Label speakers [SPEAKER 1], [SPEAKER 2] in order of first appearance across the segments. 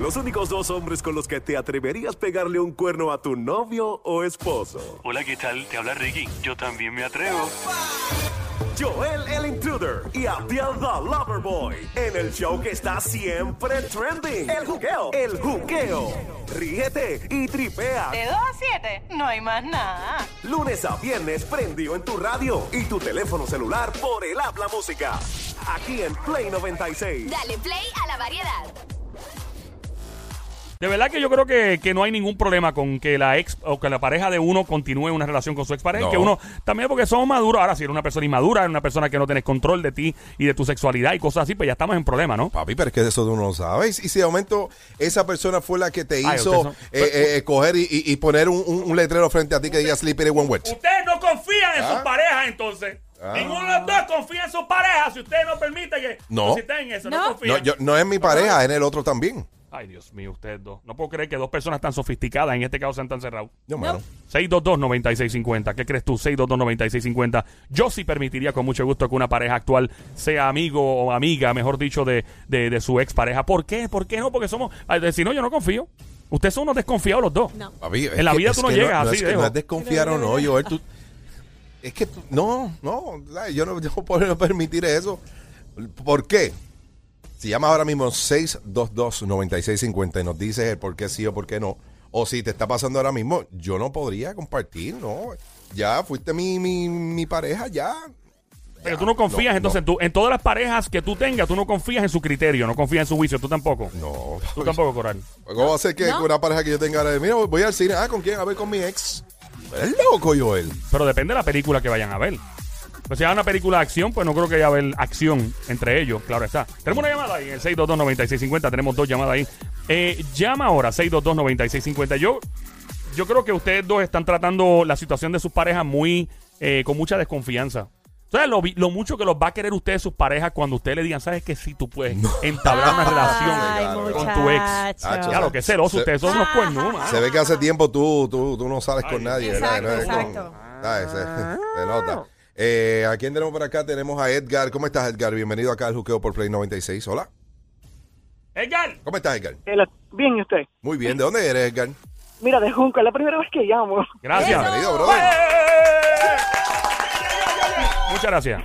[SPEAKER 1] Los únicos dos hombres con los que te atreverías pegarle un cuerno a tu novio o esposo.
[SPEAKER 2] Hola, ¿qué tal? Te habla Ricky. Yo también me atrevo.
[SPEAKER 1] Joel el Intruder y Abdiel the Loverboy en el show que está siempre trending. El juqueo, el juqueo. Ríete y tripea.
[SPEAKER 3] De 2 a 7, no hay más nada.
[SPEAKER 1] Lunes a viernes prendido en tu radio y tu teléfono celular por el habla música. Aquí en Play 96.
[SPEAKER 4] Dale play a la variedad.
[SPEAKER 5] De verdad que yo creo que, que no hay ningún problema con que la ex o que la pareja de uno continúe una relación con su expareja.
[SPEAKER 6] No.
[SPEAKER 5] y Que uno también porque somos maduros. Ahora, si eres una persona inmadura, eres una persona que no tienes control de ti y de tu sexualidad y cosas así, pues ya estamos en problema, ¿no?
[SPEAKER 6] Papi, pero es que de eso tú no lo sabes. Y si de momento esa persona fue la que te
[SPEAKER 5] Ay,
[SPEAKER 6] hizo
[SPEAKER 5] ustedes son-
[SPEAKER 6] eh, eh, eh, coger y, y- y poner un, un- un letrero frente a ti que diga Slippery When Wet.
[SPEAKER 5] Ustedes no confían en
[SPEAKER 6] Ah.
[SPEAKER 5] sus parejas, entonces.
[SPEAKER 6] Ah.
[SPEAKER 5] Ninguno de los dos confía en sus parejas si ustedes no permiten que
[SPEAKER 6] No.
[SPEAKER 5] si estén en eso. No,
[SPEAKER 3] No.
[SPEAKER 6] No,
[SPEAKER 5] confían.
[SPEAKER 6] yo- no es mi pareja, es en el otro también.
[SPEAKER 5] Ay, Dios mío, ustedes dos. No puedo creer que dos personas tan sofisticadas en este caso sean tan cerrados.
[SPEAKER 6] No, mano.
[SPEAKER 5] 622-9650. ¿Qué crees tú? 622-9650. Yo sí permitiría con mucho gusto que una pareja actual sea amigo o amiga, mejor dicho, de, de, de su expareja. ¿Por qué? ¿Por qué no? Porque somos... ay, de- Si no, yo no confío. Ustedes son unos desconfiados los dos.
[SPEAKER 4] No.
[SPEAKER 6] Papi, es
[SPEAKER 5] En la
[SPEAKER 6] que-
[SPEAKER 5] vida
[SPEAKER 6] es
[SPEAKER 5] tú no
[SPEAKER 6] que
[SPEAKER 5] llegas
[SPEAKER 6] no
[SPEAKER 5] así,
[SPEAKER 6] Es que
[SPEAKER 5] viejo.
[SPEAKER 6] no es desconfiar o no, Joel. Tú, es que tú- no, no, ay, yo no, yo no puedo permitir eso. ¿Por qué? Si llamas ahora mismo 622-9650 y nos dices el por qué sí o por qué no, o si te está pasando ahora mismo, yo no podría compartir, no. Ya fuiste mi, mi, mi pareja, ya.
[SPEAKER 5] Pero tú no confías,
[SPEAKER 6] no,
[SPEAKER 5] entonces, tú- en todas las parejas que tú tengas, tú no confías en su criterio, no confías en su juicio. Tú tampoco.
[SPEAKER 6] No.
[SPEAKER 5] Tú tampoco, Coral.
[SPEAKER 6] ¿Cómo va a ser que
[SPEAKER 4] No.
[SPEAKER 6] una pareja que yo tenga ahora, mira, voy al cine, ah, ¿con quién? A ver, con mi ex. Es loco, Joel.
[SPEAKER 5] Pero depende de la película que vayan a ver. Pues si es una película de acción, pues no creo que haya haber acción entre ellos, claro está. Tenemos una llamada ahí, en el 622-9650, tenemos dos llamadas ahí. Eh, llama ahora, 622-9650. Yo, yo creo que ustedes dos están tratando la situación de sus parejas muy, eh, con mucha desconfianza. O sea, lo, vi- lo mucho que los va a querer ustedes sus parejas cuando ustedes le digan, sabes que sí, tú puedes entablar una relación.
[SPEAKER 6] Ay,
[SPEAKER 5] con tu ex.
[SPEAKER 6] Tacho,
[SPEAKER 5] Ya lo que es celoso,
[SPEAKER 6] se-
[SPEAKER 5] ustedes son unos cuernos, mano.
[SPEAKER 6] Se ve que hace tiempo tú, tú, tú no sales con
[SPEAKER 5] Ay,
[SPEAKER 6] nadie.
[SPEAKER 3] Ah, exacto,
[SPEAKER 6] ¿verdad? No eres
[SPEAKER 3] exacto. Ah.
[SPEAKER 6] con- ¿sabes? Se, se nota. Eh, ¿A quién tenemos por acá? Tenemos a Edgar. ¿Cómo estás, Edgar? Bienvenido acá al Juqueo por Play 96. Hola.
[SPEAKER 5] Edgar,
[SPEAKER 6] ¿Cómo estás, Edgar?
[SPEAKER 7] El- Bien, ¿y usted?
[SPEAKER 6] Muy bien. ¿De dónde eres, Edgar?
[SPEAKER 7] Mira, de Junco, es la primera vez que llamo.
[SPEAKER 5] gracias.
[SPEAKER 6] Bienvenido, brother.
[SPEAKER 5] Muchas gracias.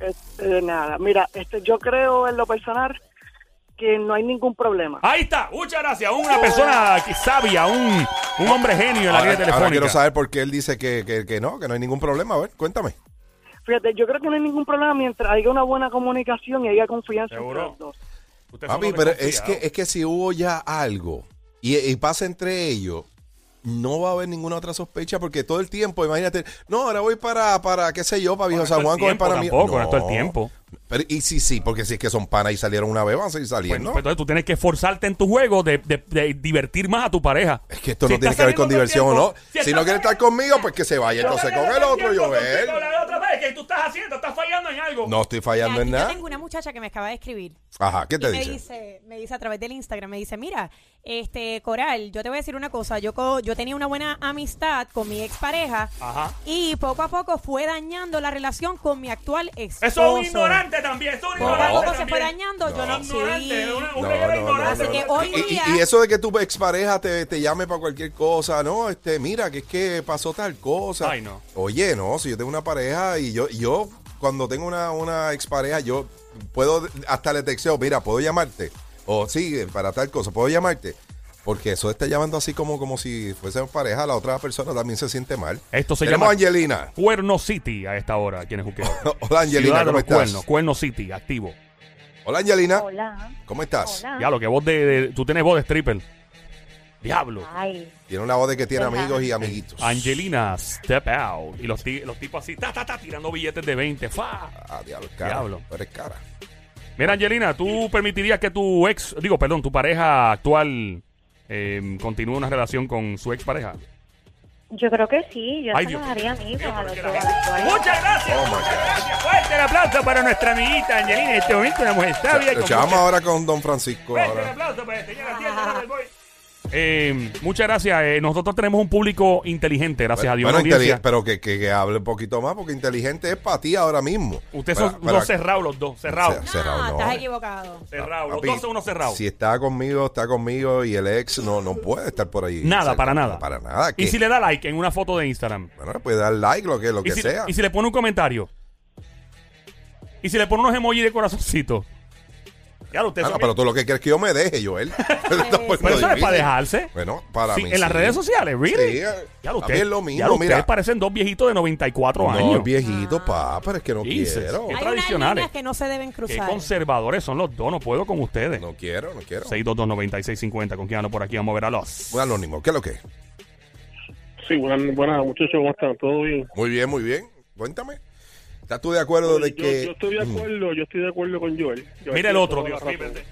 [SPEAKER 7] Este, nada, mira, este, yo creo en lo personal que no hay ningún problema.
[SPEAKER 5] Ahí está, muchas gracias. Una persona que- sabia, un, un hombre genio en la vida
[SPEAKER 6] Ahora, ahora quiero
[SPEAKER 5] telefónica.
[SPEAKER 6] saber por qué él dice que, que, que no, que no hay ningún problema. A ver, cuéntame.
[SPEAKER 7] Fíjate, yo creo que no hay ningún problema mientras haya una buena comunicación y haya confianza
[SPEAKER 5] Seguro.
[SPEAKER 7] entre los dos.
[SPEAKER 5] Ustedes son
[SPEAKER 6] Papi,
[SPEAKER 5] unos
[SPEAKER 6] pero es que,
[SPEAKER 5] desconfiados.
[SPEAKER 6] es que si hubo ya algo y, y pasa entre ellos, no va a haber ninguna otra sospecha porque todo el tiempo, imagínate, no, ahora voy para, para qué sé yo, para Viejo
[SPEAKER 5] No es todo
[SPEAKER 6] San
[SPEAKER 5] el
[SPEAKER 6] Juan con el
[SPEAKER 5] tiempo
[SPEAKER 6] para mí.
[SPEAKER 5] tampoco, no es todo el tiempo.
[SPEAKER 6] Pero, y sí, sí, porque si es que son panas y salieron una vez, van a seguir
[SPEAKER 5] Pues,
[SPEAKER 6] saliendo.
[SPEAKER 5] pues, entonces tú tienes que esforzarte en tu juego de, de- de divertir más a tu pareja.
[SPEAKER 6] es que esto
[SPEAKER 5] Si
[SPEAKER 6] no tiene
[SPEAKER 5] está
[SPEAKER 6] que ver con
[SPEAKER 5] saliendo
[SPEAKER 6] diversión
[SPEAKER 5] todo el
[SPEAKER 6] o no.
[SPEAKER 5] tiempo,
[SPEAKER 6] Si,
[SPEAKER 5] está
[SPEAKER 6] no quiere estar
[SPEAKER 5] saliendo-
[SPEAKER 6] conmigo, pues que se vaya
[SPEAKER 5] está
[SPEAKER 6] entonces con
[SPEAKER 5] saliendo
[SPEAKER 6] el
[SPEAKER 5] todo
[SPEAKER 6] otro,
[SPEAKER 5] tiempo
[SPEAKER 6] Joel.
[SPEAKER 5] contigo, con la otra vez, ¿qué tú estás haciendo? ¿Estás fallando en algo?
[SPEAKER 6] No estoy
[SPEAKER 8] Mira,
[SPEAKER 6] fallando en
[SPEAKER 8] aquí Yo
[SPEAKER 6] nada.
[SPEAKER 8] tengo una muchacha que me acaba de escribir.
[SPEAKER 6] Ajá, ¿qué
[SPEAKER 8] y
[SPEAKER 6] te
[SPEAKER 8] me
[SPEAKER 6] dice?
[SPEAKER 8] dice, me dice a través del Instagram, me dice, mira, este Coral, yo te voy a decir una cosa, yo co- yo tenía una buena amistad con mi expareja
[SPEAKER 5] Ajá.
[SPEAKER 8] y poco a poco fue dañando la relación con mi actual esposo.
[SPEAKER 5] Eso es un ignorante también. Eso es un
[SPEAKER 6] No.
[SPEAKER 8] Poco a
[SPEAKER 5] ignorante.
[SPEAKER 8] poco se
[SPEAKER 5] también.
[SPEAKER 8] fue dañando, yo no,
[SPEAKER 5] Un ignorante,
[SPEAKER 8] sí.
[SPEAKER 5] una-
[SPEAKER 6] No,
[SPEAKER 5] un
[SPEAKER 6] no,
[SPEAKER 5] negro
[SPEAKER 6] no, no,
[SPEAKER 5] ignorante.
[SPEAKER 8] Así que
[SPEAKER 6] no.
[SPEAKER 8] hoy
[SPEAKER 6] Y- y,
[SPEAKER 8] día-
[SPEAKER 6] y eso de que tu expareja te, te llame para cualquier cosa, no, este, mira, que es que pasó tal cosa.
[SPEAKER 5] Ay, no.
[SPEAKER 6] Oye, no, si yo tengo una pareja y yo, yo cuando tengo una, una expareja, yo puedo, hasta le texteo, mira, puedo llamarte. O sí, para tal cosa, puedo llamarte. Porque eso está llamando así como, como si fuésemos pareja, la otra persona también se siente mal.
[SPEAKER 5] Esto se
[SPEAKER 6] Tenemos
[SPEAKER 5] llama-
[SPEAKER 6] a Angelina.
[SPEAKER 5] Cuerno City a esta hora, ¿quién es Juqueo?
[SPEAKER 6] Hola,
[SPEAKER 5] Ciudad
[SPEAKER 6] Angelina,
[SPEAKER 5] de
[SPEAKER 6] ¿cómo
[SPEAKER 5] los
[SPEAKER 6] estás?
[SPEAKER 5] Cuernos, Cuerno City, activo.
[SPEAKER 6] Hola, Angelina.
[SPEAKER 9] Hola.
[SPEAKER 6] ¿Cómo estás?
[SPEAKER 9] Hola.
[SPEAKER 5] Ya, lo que vos de, de- Tú tienes voz de stripper. Diablo.
[SPEAKER 9] Ay,
[SPEAKER 6] Tiene una voz de que
[SPEAKER 8] Pues
[SPEAKER 6] tiene
[SPEAKER 9] Hola.
[SPEAKER 6] amigos y amiguitos.
[SPEAKER 5] Angelina, step out. Y los, ti- los tipos así, ta, ta, ta, tirando billetes de 20. Fa.
[SPEAKER 6] Ah, diablo, cara.
[SPEAKER 5] Diablo.
[SPEAKER 6] Tú eres cara.
[SPEAKER 5] Mira, Angelina, ¿tú permitirías que tu ex, digo, perdón, tu pareja actual eh, continúe una relación con su ex pareja?
[SPEAKER 9] yo creo que sí. Yo
[SPEAKER 5] Ay,
[SPEAKER 9] se
[SPEAKER 5] Dios.
[SPEAKER 9] los haría amigos a los dos.
[SPEAKER 5] Muchas gracias.
[SPEAKER 6] Oh, my
[SPEAKER 5] muchas
[SPEAKER 6] God.
[SPEAKER 5] gracias. Fuerte el aplauso para nuestra amiguita Angelina. En este momento, una mujer sabia. y
[SPEAKER 6] Lo
[SPEAKER 5] con
[SPEAKER 6] llamamos
[SPEAKER 5] mucha- Este,
[SPEAKER 6] ahora con Don Francisco.
[SPEAKER 5] Fuerte el
[SPEAKER 6] Ahora.
[SPEAKER 5] aplauso para la señora Tienda del Boy. eh, muchas gracias. Eh, nosotros tenemos un público inteligente, gracias a Dios.
[SPEAKER 6] Bueno,
[SPEAKER 5] una audiencia.
[SPEAKER 6] inteli- pero que, que- que hable un poquito más, porque inteligente es para ti ahora mismo.
[SPEAKER 5] Ustedes
[SPEAKER 6] Para-
[SPEAKER 5] son
[SPEAKER 6] para-
[SPEAKER 5] dos cerrados los dos, cerrados.
[SPEAKER 6] Cer- cerrado,
[SPEAKER 8] ah,
[SPEAKER 6] no.
[SPEAKER 8] estás equivocado.
[SPEAKER 5] Cerrados, los
[SPEAKER 6] Papi,
[SPEAKER 5] dos son unos cerrados.
[SPEAKER 6] Si está conmigo, está conmigo y el ex no, no puede estar por ahí.
[SPEAKER 5] Nada,
[SPEAKER 6] cerca.
[SPEAKER 5] para nada.
[SPEAKER 6] Para nada.
[SPEAKER 5] Y
[SPEAKER 6] ¿qué?
[SPEAKER 5] si le da like en una foto de Instagram.
[SPEAKER 6] Bueno, le puede dar like, lo que, lo
[SPEAKER 5] ¿Y
[SPEAKER 6] que
[SPEAKER 5] si,
[SPEAKER 6] sea.
[SPEAKER 5] y si le pone un comentario. Y si le pone unos emojis de corazoncito. Claro, usted
[SPEAKER 6] Ah, no, pero tú lo que quieres es que yo me deje, Joel. Pero
[SPEAKER 5] Pero eso es para dejarse.
[SPEAKER 6] Bueno, Pues, para
[SPEAKER 5] Sí,
[SPEAKER 6] mí
[SPEAKER 5] En las
[SPEAKER 6] sí.
[SPEAKER 5] redes sociales, really.
[SPEAKER 6] Sí, eh,
[SPEAKER 5] Ya
[SPEAKER 6] a
[SPEAKER 5] lo
[SPEAKER 6] mí
[SPEAKER 5] usted,
[SPEAKER 6] es lo mismo,
[SPEAKER 5] ya lo ustedes
[SPEAKER 6] mira.
[SPEAKER 5] parecen dos viejitos de 94
[SPEAKER 6] No,
[SPEAKER 5] años.
[SPEAKER 6] viejito, pa, pero es que no
[SPEAKER 5] Jesus.
[SPEAKER 6] quiero.
[SPEAKER 5] Qué
[SPEAKER 8] Hay unas
[SPEAKER 5] tradicionales.
[SPEAKER 8] líneas que no se deben
[SPEAKER 5] Qué
[SPEAKER 8] cruzar.
[SPEAKER 5] conservadores son los dos, no puedo con ustedes.
[SPEAKER 6] No quiero, no quiero.
[SPEAKER 5] 6229650, con quién ando por aquí, vamos a ver a los.
[SPEAKER 6] Un anónimo, ¿qué es lo que es?
[SPEAKER 4] Sí, buenas, buenas muchachos, ¿cómo están? ¿Todo bien?
[SPEAKER 6] Muy bien, muy bien. Cuéntame. ¿Estás tú de acuerdo de
[SPEAKER 4] yo,
[SPEAKER 6] que
[SPEAKER 4] yo estoy de acuerdo, yo estoy de acuerdo con Joel. Joel
[SPEAKER 5] Eh, mm. Mira el
[SPEAKER 4] tiene toda
[SPEAKER 5] otro,
[SPEAKER 4] la
[SPEAKER 5] Dios mío.
[SPEAKER 4] razón.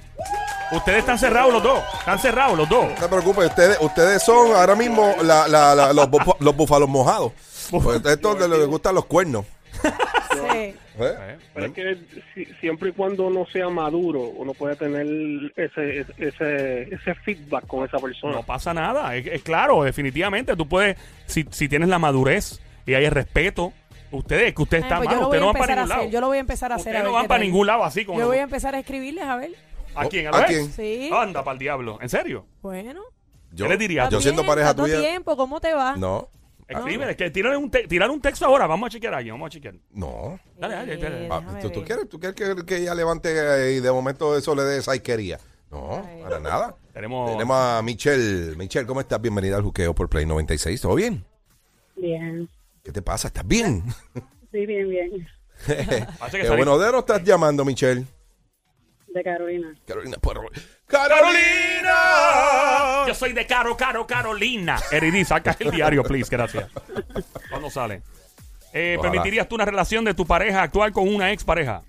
[SPEAKER 5] Ustedes están cerrados los dos, están cerrados los dos.
[SPEAKER 6] No te preocupes, ustedes, ustedes son ahora mismo la- la- la- los, buf- los búfalos mojados. Pues esto de lo que gustan los cuernos.
[SPEAKER 8] Sí.
[SPEAKER 6] ¿Eh?
[SPEAKER 4] Pero es que si- siempre y cuando uno sea maduro, uno puede tener ese, ese, ese feedback con esa persona.
[SPEAKER 5] No pasa nada, es, es claro, definitivamente. Tú puedes, si, si tienes la madurez y hay el respeto, ustedes, que ustedes
[SPEAKER 8] Ay,
[SPEAKER 5] están
[SPEAKER 8] pues
[SPEAKER 5] mal,
[SPEAKER 8] yo lo voy
[SPEAKER 5] ustedes
[SPEAKER 8] a
[SPEAKER 5] no van para
[SPEAKER 8] empezar a
[SPEAKER 5] ningún lado.
[SPEAKER 8] hacer. Yo lo voy a empezar a hacer. a
[SPEAKER 5] Ustedes no
[SPEAKER 8] ver
[SPEAKER 5] van
[SPEAKER 8] qué
[SPEAKER 5] para
[SPEAKER 8] tal.
[SPEAKER 5] ningún lado así. Como
[SPEAKER 8] Yo voy a
[SPEAKER 5] los-
[SPEAKER 8] empezar a escribirles, a ver.
[SPEAKER 5] ¿A quién? ¿A,
[SPEAKER 6] ¿A
[SPEAKER 5] los
[SPEAKER 6] quién?
[SPEAKER 5] ex?
[SPEAKER 8] Sí.
[SPEAKER 5] Anda, para el diablo. ¿En serio?
[SPEAKER 8] Bueno.
[SPEAKER 6] Yo,
[SPEAKER 5] ¿Qué le diría?
[SPEAKER 6] yo
[SPEAKER 5] Está
[SPEAKER 6] siendo
[SPEAKER 8] bien,
[SPEAKER 6] pareja
[SPEAKER 8] tanto
[SPEAKER 6] tuya.
[SPEAKER 8] tiempo, ¿cómo te va?
[SPEAKER 6] No,
[SPEAKER 8] Ah.
[SPEAKER 5] Escríbele, que tírale un, te- tírale un texto ahora. Vamos a chequear ahí, vamos a chequear.
[SPEAKER 6] no.
[SPEAKER 5] Dale, dale, dale.
[SPEAKER 8] Eh,
[SPEAKER 6] Ah,
[SPEAKER 8] déjame
[SPEAKER 6] ¿tú, tú
[SPEAKER 8] ver.
[SPEAKER 6] quieres, tú quieres que, que ella levante eh, y de momento eso le dé saiquería? No, para nada.
[SPEAKER 5] Tenemos-
[SPEAKER 6] Tenemos a Michelle. Michelle, ¿cómo estás? Bienvenida al Juqueo por Play 96. ¿Todo bien?
[SPEAKER 9] Bien,
[SPEAKER 6] ¿Qué te pasa? ¿Estás bien?
[SPEAKER 9] sí, bien, bien.
[SPEAKER 5] Parece que
[SPEAKER 6] ¿Qué
[SPEAKER 5] salí-
[SPEAKER 6] Eh, bueno de no estás llamando, Michelle?
[SPEAKER 9] De Carolina.
[SPEAKER 6] Carolina Porro. ¡Carolina!
[SPEAKER 5] Yo soy de Caro, Caro, Carolina. Eridí, saca el diario, please. Gracias. ¿Cuándo sale? Eh,
[SPEAKER 6] Ojalá.
[SPEAKER 5] ¿Permitirías tú una relación de tu pareja actual con una ex pareja?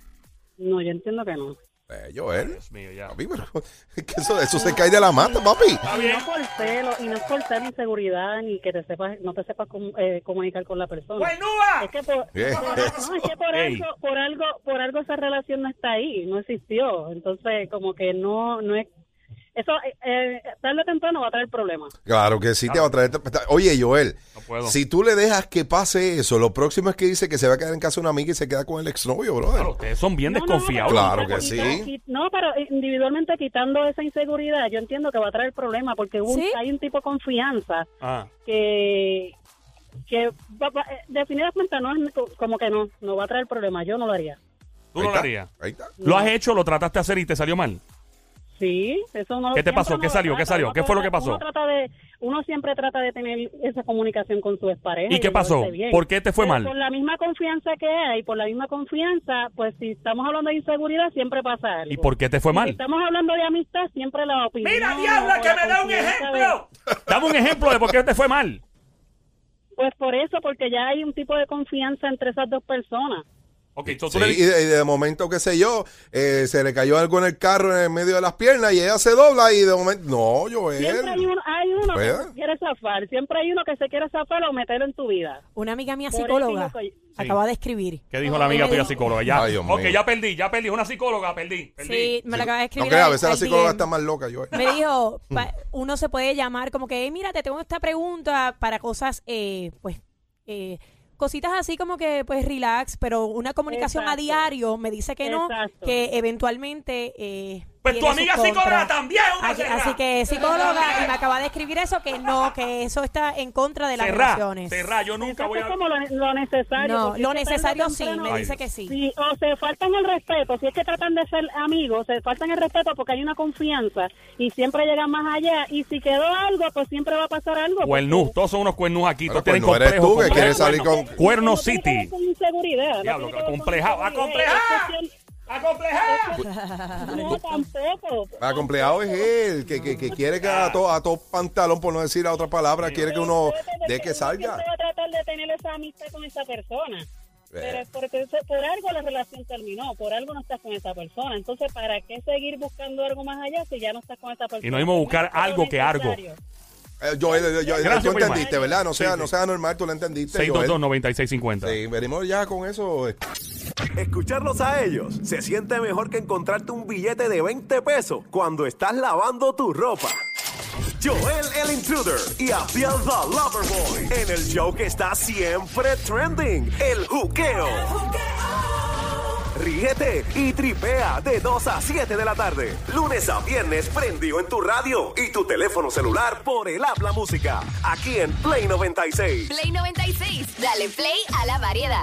[SPEAKER 9] No, yo entiendo que no.
[SPEAKER 6] Eh, Joel.
[SPEAKER 5] Mío, ya.
[SPEAKER 6] Papi, pero es que eso, eso se cae de la mata, papi.
[SPEAKER 9] Y no por celo, y no es por celo, inseguridad, ni que te sepas, no te sepas com- eh, comunicar con la persona.
[SPEAKER 5] ¡Buenúa!
[SPEAKER 9] Es que por,
[SPEAKER 6] ¿Qué
[SPEAKER 9] por-
[SPEAKER 6] es
[SPEAKER 9] no, es que por
[SPEAKER 5] Pues, Ey.
[SPEAKER 9] algo, por algo, por algo esa relación no está ahí, no existió. Entonces, como que no, no es, eso eh, eh, tarde o temprano va a traer problemas.
[SPEAKER 6] Claro que sí, te va a traer. Oye, Joel,
[SPEAKER 5] No puedo.
[SPEAKER 6] si tú le dejas que pase eso, lo próximo es que dice que se va a quedar en casa de una amiga y se queda con el exnovio,
[SPEAKER 5] Claro,
[SPEAKER 6] brother.
[SPEAKER 5] ustedes son bien
[SPEAKER 9] No, no,
[SPEAKER 5] desconfiados.
[SPEAKER 9] pero
[SPEAKER 6] Claro
[SPEAKER 9] quita-
[SPEAKER 6] que sí.
[SPEAKER 9] quita- No, pero individualmente quitando esa inseguridad, yo entiendo que va a traer problemas porque hubo un-
[SPEAKER 8] ¿Sí?
[SPEAKER 9] hay un tipo de confianza
[SPEAKER 5] Ah.
[SPEAKER 9] que que va- va- eh, definitivamente no es co- como que no, no va a traer problemas, yo no lo haría.
[SPEAKER 5] ¿Tú
[SPEAKER 6] Ahí
[SPEAKER 5] no lo
[SPEAKER 6] está,
[SPEAKER 5] harías?
[SPEAKER 6] Ahí está.
[SPEAKER 5] ¿Lo has hecho, lo trataste de hacer y te salió mal?
[SPEAKER 9] Sí, eso no lo-
[SPEAKER 5] ¿Qué te
[SPEAKER 9] siempre
[SPEAKER 5] pasó?
[SPEAKER 9] uno
[SPEAKER 5] ¿Qué
[SPEAKER 9] lo
[SPEAKER 5] salió? ¿Qué
[SPEAKER 9] trata,
[SPEAKER 5] salió?
[SPEAKER 9] uno
[SPEAKER 5] ¿Qué fue lo que
[SPEAKER 9] trata-
[SPEAKER 5] pasó?
[SPEAKER 9] Uno, trata de, uno siempre trata de tener esa comunicación con su expareja.
[SPEAKER 5] ¿Y qué pasó?
[SPEAKER 9] llevarse bien.
[SPEAKER 5] ¿Por qué te fue
[SPEAKER 9] Pero
[SPEAKER 5] mal?
[SPEAKER 9] Por la misma confianza que hay, por la misma confianza, pues si estamos hablando de inseguridad, siempre pasa algo.
[SPEAKER 5] ¿Y por qué te fue
[SPEAKER 9] Si
[SPEAKER 5] mal?
[SPEAKER 9] estamos hablando de amistad, siempre la opinión. o la confianza de-
[SPEAKER 5] Dame un ejemplo de por qué te fue mal.
[SPEAKER 9] Pues por eso, porque ya hay un tipo de confianza entre esas dos personas.
[SPEAKER 5] Ok, so
[SPEAKER 6] Sí,
[SPEAKER 5] tú le-
[SPEAKER 6] y, de, y de momento, qué sé yo, eh, se le cayó algo en el carro en el medio de las piernas y ella se dobla y de momento. No,
[SPEAKER 9] Siempre hay
[SPEAKER 6] Joel.
[SPEAKER 9] uno, hay uno que
[SPEAKER 6] ¿Verdad?
[SPEAKER 9] se quiere zafar, siempre hay uno que se quiere zafar o meterlo en tu vida.
[SPEAKER 8] Una amiga mía
[SPEAKER 9] Por eso
[SPEAKER 8] psicóloga
[SPEAKER 9] digo que-
[SPEAKER 8] acaba de escribir.
[SPEAKER 5] ¿Qué dijo la amiga tuya psicóloga? Ya.
[SPEAKER 6] Ay, Dios
[SPEAKER 5] ok,
[SPEAKER 6] mío.
[SPEAKER 5] ya perdí, ya perdí. Una psicóloga, perdí. perdí.
[SPEAKER 8] Sí, me la acaba
[SPEAKER 6] No
[SPEAKER 8] de escribir.
[SPEAKER 6] creas, a
[SPEAKER 8] al-
[SPEAKER 6] veces la
[SPEAKER 8] al
[SPEAKER 6] psicóloga
[SPEAKER 8] DM.
[SPEAKER 6] está más loca, Joel.
[SPEAKER 8] Me dijo, pa- uno se puede llamar como que, "Hey, mira, te tengo esta pregunta para cosas, eh, pues, eh, cositas así como que, pues, relax, pero una comunicación a
[SPEAKER 9] Exacto.
[SPEAKER 8] diario me dice que no,
[SPEAKER 9] Exacto.
[SPEAKER 8] que eventualmente... eh,
[SPEAKER 5] Pues tu
[SPEAKER 8] tiene
[SPEAKER 5] amiga
[SPEAKER 8] sus
[SPEAKER 5] psicóloga
[SPEAKER 8] contras".
[SPEAKER 5] también es una
[SPEAKER 8] Así,
[SPEAKER 5] cerrada.
[SPEAKER 8] así que psicóloga, y me acaba de escribir eso, que no, que eso está en contra de las
[SPEAKER 5] Cerrá,
[SPEAKER 8] relaciones.
[SPEAKER 5] cerrá, yo nunca
[SPEAKER 9] Eso
[SPEAKER 5] voy
[SPEAKER 9] es
[SPEAKER 5] a...
[SPEAKER 9] como lo, lo necesario.
[SPEAKER 8] No,
[SPEAKER 9] porque
[SPEAKER 8] lo
[SPEAKER 9] es que
[SPEAKER 8] necesario
[SPEAKER 9] tarde o
[SPEAKER 8] sí,
[SPEAKER 9] temprano-
[SPEAKER 8] me
[SPEAKER 5] Ay,
[SPEAKER 8] dice
[SPEAKER 5] Dios.
[SPEAKER 8] que sí.
[SPEAKER 9] Sí, o se faltan el respeto, si es que tratan de ser amigos, se faltan el respeto porque hay una confianza y siempre llegan más allá y si quedó algo, pues siempre va a pasar algo. porque-
[SPEAKER 5] Cuernú, todos son unos cuernús aquí.
[SPEAKER 6] Bueno,
[SPEAKER 5] todos tienen
[SPEAKER 6] cuernú eres
[SPEAKER 5] complejos.
[SPEAKER 6] tú que
[SPEAKER 5] complejos,
[SPEAKER 6] quieres salir
[SPEAKER 5] cuernos.
[SPEAKER 6] con-
[SPEAKER 5] Cuerno
[SPEAKER 9] no pues, tiene que ver
[SPEAKER 5] City.
[SPEAKER 9] con inseguridad, no
[SPEAKER 5] Diablo,
[SPEAKER 9] tiene que ver con
[SPEAKER 5] acomplejado,
[SPEAKER 9] inseguridad,
[SPEAKER 5] acomplejado.
[SPEAKER 9] es cuestión-
[SPEAKER 5] ¡Acomplejado!
[SPEAKER 9] No, tampoco.
[SPEAKER 6] Ah, Acompleado es él, que, que, que quiere que a todo a todo pantalón, por no decir la otra palabra, quiere que uno de que salga.
[SPEAKER 9] Siempre va a tratar de tener esa amistad con esa persona. Pero
[SPEAKER 6] Eh,
[SPEAKER 9] es porque se- por algo la relación terminó, por algo no estás con esa persona. Entonces, ¿para qué seguir buscando algo más allá si ya no estás con esa persona?
[SPEAKER 5] Y no íbamos a buscar
[SPEAKER 9] También
[SPEAKER 5] algo
[SPEAKER 9] es
[SPEAKER 5] que algo.
[SPEAKER 9] necesario.
[SPEAKER 6] eh, Joel, eh, Joel,
[SPEAKER 5] Gracias,
[SPEAKER 6] tú
[SPEAKER 5] prima.
[SPEAKER 6] entendiste, ¿verdad? No sea,
[SPEAKER 5] Sí, sí.
[SPEAKER 6] no sea normal, tú lo entendiste, Joel.
[SPEAKER 5] 622-9650.
[SPEAKER 6] Sí, venimos ya con eso. eh.
[SPEAKER 1] Escucharlos a ellos se siente mejor que encontrarte un billete de 20 pesos cuando estás lavando tu ropa. Joel el Intruder y Abdiel the Loverboy en el show que está siempre trending, el juqueo. Ríete y tripea de 2 a 7 de la tarde, lunes a viernes prendido en tu radio y tu teléfono celular por el habla música, aquí en Play 96.
[SPEAKER 10] Play 96, dale play a la variedad.